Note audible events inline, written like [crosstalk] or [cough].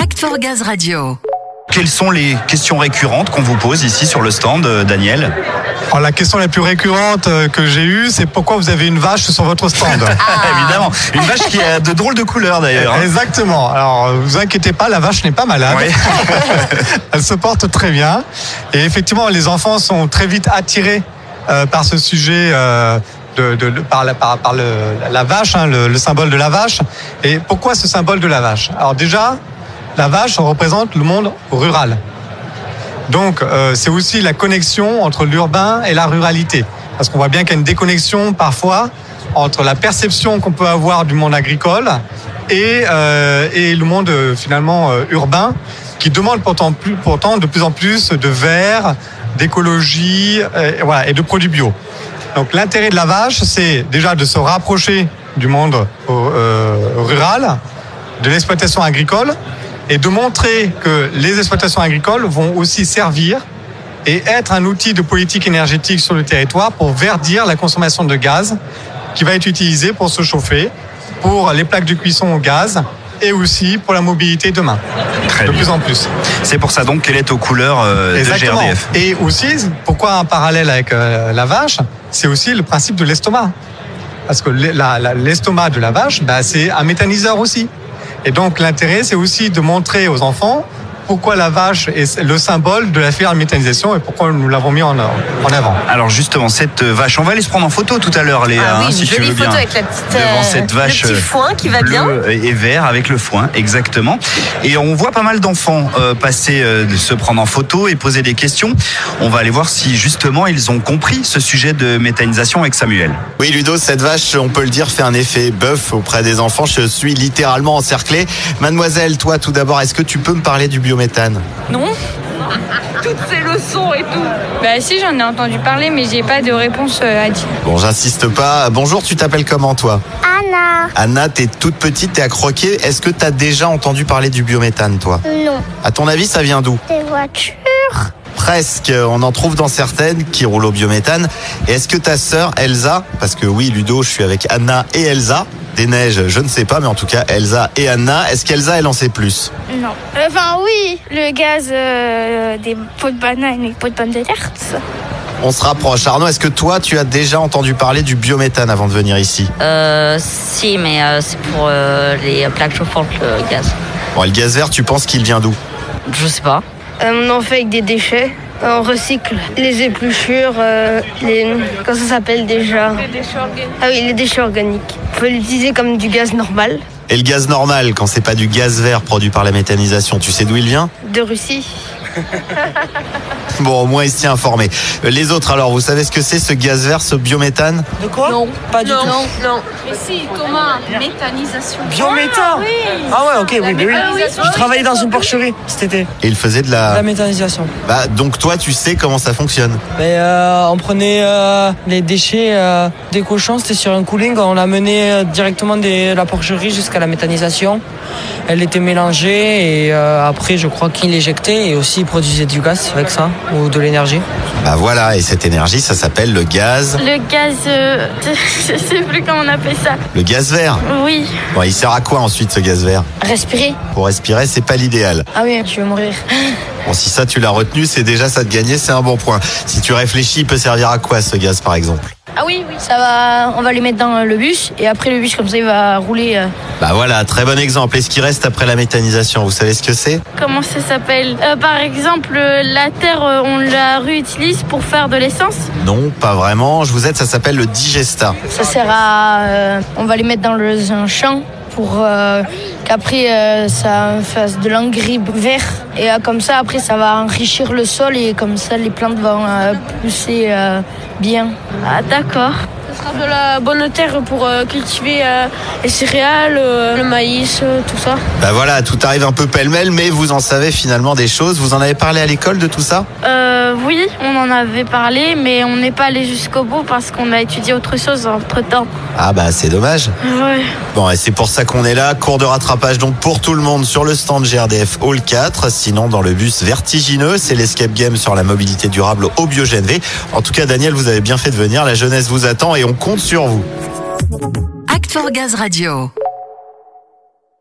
Act for Gaz Radio. Quelles sont les questions récurrentes qu'on vous pose ici sur le stand, euh, Daniel Alors, Oh, la question la plus récurrente euh, que j'ai eue, c'est pourquoi vous avez une vache sur votre stand Ah. [laughs] Évidemment. Une vache qui a de drôles de couleurs d'ailleurs. hein. Exactement. Alors, euh, vous inquiétez pas, la vache n'est pas malade. Oui. [laughs] Elle se porte très bien. Et effectivement, les enfants sont très vite attirés euh, par ce sujet. euh, de, de- de- par la, par, par le- la vache, hein, le, le symbole de la vache. Et pourquoi ce symbole de la vache Alors déjà, la vache représente le monde rural. Donc, euh, c'est aussi la connexion entre l'urbain et la ruralité. Parce qu'on voit bien qu'il y a une déconnexion parfois entre la perception qu'on peut avoir du monde agricole et, euh, et le monde euh, finalement euh, urbain qui demande pourtant, plus, pourtant de plus en plus de verre, d'écologie euh, et voilà, et de produits bio. Donc l'intérêt de la vache, c'est déjà de se rapprocher du monde euh, rural, de l'exploitation agricole, et de montrer que les exploitations agricoles vont aussi servir et être un outil de politique énergétique sur le territoire pour verdir la consommation de gaz qui va être utilisée pour se chauffer, pour les plaques de cuisson au gaz et aussi pour la mobilité demain, Très de bien. plus en plus. C'est pour ça donc qu'elle est aux couleurs euh, de Exactement. GRDF. Et aussi, pourquoi un parallèle avec euh, la vache C'est aussi le principe de l'estomac. Parce que l'e- la- la- l'estomac de la vache, bah, c'est un méthaniseur aussi. Et donc l'intérêt, c'est aussi de montrer aux enfants pourquoi la vache est le symbole de la filière méthanisation et pourquoi nous l'avons mis en, en avant. Alors justement, cette euh, vache, on va aller se prendre en photo tout à l'heure, Léa, Ah oui, hein, une si tu jolie veux photo bien. avec la petite, Devant euh, cette vache le petit foin qui va bleu bien. et vert avec le foin, exactement. Et on voit pas mal d'enfants euh, passer, euh, de se prendre en photo et poser des questions. On va aller voir si justement ils ont compris ce sujet de méthanisation avec Samuel. Oui, Ludo, cette vache, on peut le dire, fait un effet bœuf auprès des enfants. Je suis littéralement encerclé. Mademoiselle, toi, tout d'abord, est-ce que tu peux me parler du biométhane Non toutes ces leçons et tout. Bah si, j'en ai entendu parler, mais j'ai pas de réponse euh, à dire. Bon, j'insiste pas. Bonjour, tu t'appelles comment, toi Anna, Anna, t'es toute petite, t'es à croquer. Est-ce que t'as déjà entendu parler du biométhane, toi non, À ton avis, ça vient d'où des voitures. Presque. On en trouve dans certaines qui roulent au biométhane. Et est-ce que ta sœur, Elsa, parce que oui, Ludo, je suis avec Anna et Elsa, des neiges, je ne sais pas, mais en tout cas, Elsa et Anna, est-ce qu'Elsa, elle en sait plus Non. Enfin oui, le gaz euh, des pots de banane et des pots de pommes de terre. tout ça. On se rapproche. Arnaud, est-ce que toi, tu as déjà entendu parler du biométhane avant de venir ici Euh, si, mais euh, c'est pour euh, les plaques chauffantes, le gaz. Bon, et le gaz vert, tu penses qu'il vient d'où Je sais pas. Euh, on en fait avec des déchets. On recycle les épluchures, euh, les. Comment ça s'appelle déjà Les déchets organiques. Ah oui, les déchets organiques. On peut l'utiliser comme du gaz normal Et le gaz normal, quand c'est pas du gaz vert produit par la méthanisation, tu sais d'où il vient de Russie. Bon, au moins, il s'y est informé. Euh, Les autres, alors, vous savez ce que c'est ce gaz vert, ce biométhane De quoi Non, pas du tout. Non, non. Mais si, Thomas, méthanisation. Biométhane Ah ouais, ok, oui, mais oui. méthanisation. J'ai travaillé dans une porcherie cet été, Et il faisait de de la... la méthanisation. Bah, donc toi, tu sais comment ça fonctionne. Mais euh, on prenait euh, les déchets euh, des cochons, c'était sur un cooling, on l'a mené euh, directement de la porcherie jusqu'à la méthanisation. Elle était mélangée et euh, après, je crois qu'il l'éjectait et aussi il produisait du gaz avec ça, ou de l'énergie. Bah voilà, et cette énergie, ça s'appelle le gaz, Le gaz, euh, [laughs] je sais plus comment on appelle ça. le gaz vert. Oui. Bon, il sert à quoi ensuite ce gaz vert Respirer Pour respirer, c'est pas l'idéal. Ah oui, je vais mourir. Bon, si ça, tu l'as retenu, c'est déjà ça de gagner, c'est un bon point. Si tu réfléchis, il peut servir à quoi ce gaz, par exemple Ah oui, oui. Ça va, on va les mettre dans le bus et après le bus comme ça il va rouler. euh, Bah voilà, très bon exemple. Et ce qui reste après la méthanisation, vous savez ce que c'est Comment ça s'appelle Euh, Par exemple, euh, la terre, euh, on la réutilise pour faire de l'essence. Non, pas vraiment. Je vous aide, ça s'appelle le digesta. Ça sert à. euh, on va les mettre dans le, un champ pour euh, qu'après euh, ça fasse de l'engrais vert. Et euh, comme ça, après, ça va enrichir le sol et comme ça, les plantes vont euh, pousser euh, bien. Ah d'accord. Ça sera de la bonne terre pour euh, cultiver les céréales, euh, le maïs, tout ça. Bah voilà, tout arrive un peu pêle-mêle, mais vous en savez finalement des choses. Vous en avez parlé à l'école de tout ça Euh, oui, on en avait parlé, mais on n'est pas allé jusqu'au bout parce qu'on a étudié autre chose entre temps. Ah bah c'est dommage. Ouais. Bon, et c'est pour ça qu'on est là. Cours de rattrapage donc pour tout le monde sur le stand GRDF Hall 4. Sinon, dans le bus vertigineux, c'est l'escape game sur la mobilité durable au Biogène V. En tout cas, Daniel, vous avez bien fait de venir. La jeunesse vous attend et on compte sur vous. Act for Gaz Radio.